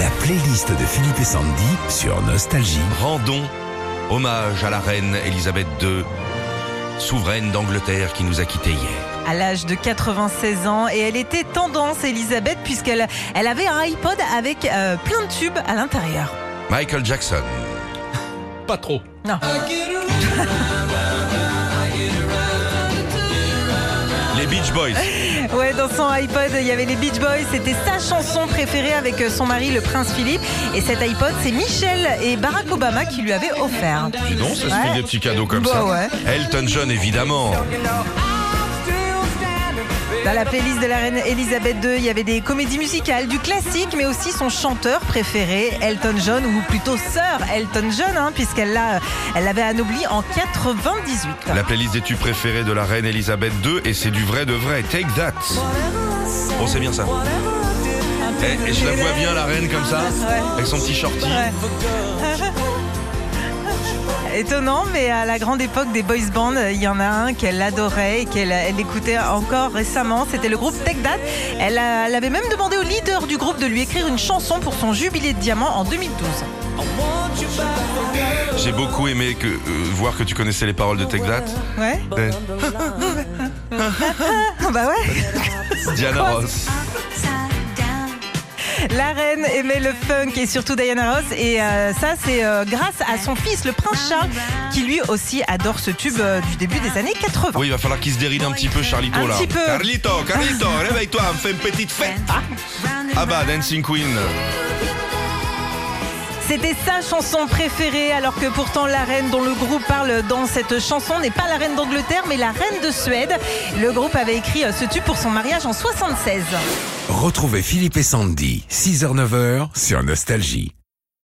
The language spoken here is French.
La playlist de Philippe et Sandy sur Nostalgie. Rendons hommage à la reine Elisabeth II, souveraine d'Angleterre qui nous a quittés hier. à l'âge de 96 ans et elle était tendance Elisabeth puisqu'elle elle avait un iPod avec euh, plein de tubes à l'intérieur. Michael Jackson, Pas trop. Non. les Beach Boys, Ouais, dans son iPod, il y avait les Beach Boys, c'était sa chanson préférée avec euh, son mari le prince Philippe et cet iPod, c'est Michel et Barack Obama qui lui avaient offert. dis donc, ça se Ouais. fait des petits cadeaux comme Bah ça. ouais. Elton John, évidemment. Dans la playlist de la reine Elisabeth II, il y avait des comédies musicales, du classique, mais aussi son chanteur préféré, Elton John, ou plutôt sœur Elton John, hein, puisqu'elle l'a- elle l'avait anobli en 98. La playlist des tubes préférés de la reine Elisabeth II, et c'est du vrai de vrai. Take that. On sait Oh, bien ça. Eh, Et, et je la vois bien, la reine, comme ça, Ouais. avec son petit shorty. Ouais. Étonnant, mais à la grande époque des boys bands, euh, il y en a un qu'elle adorait et qu'elle euh, elle écoutait encore récemment. C'était le groupe Tech That. Elle, a- elle avait même demandé au leader du groupe de lui écrire une chanson pour son jubilé de diamant en 2012. J'ai beaucoup aimé que, euh, voir que tu connaissais les paroles de Take That. Ouais. Eh, Ah bah ouais. Diana Ross. La reine aimait le funk et surtout Diana Ross. Et euh, ça, c'est euh, grâce à son fils, le prince Charles, qui lui aussi adore ce tube euh, du début des années 80. Oui, il va falloir qu'il se déride un petit peu, Charlito, Un là. petit peu. Carlito, Carlito, réveille-toi, on fait une petite fête. Ah bah, Dancing Queen. C'était sa chanson préférée, alors que pourtant la reine dont le groupe parle dans cette chanson n'est pas la reine d'Angleterre, mais la reine de Suède. Le groupe avait écrit euh, ce tube pour son mariage en 76. Retrouvez Philippe et Sandy, 6h-9h sur Nostalgie.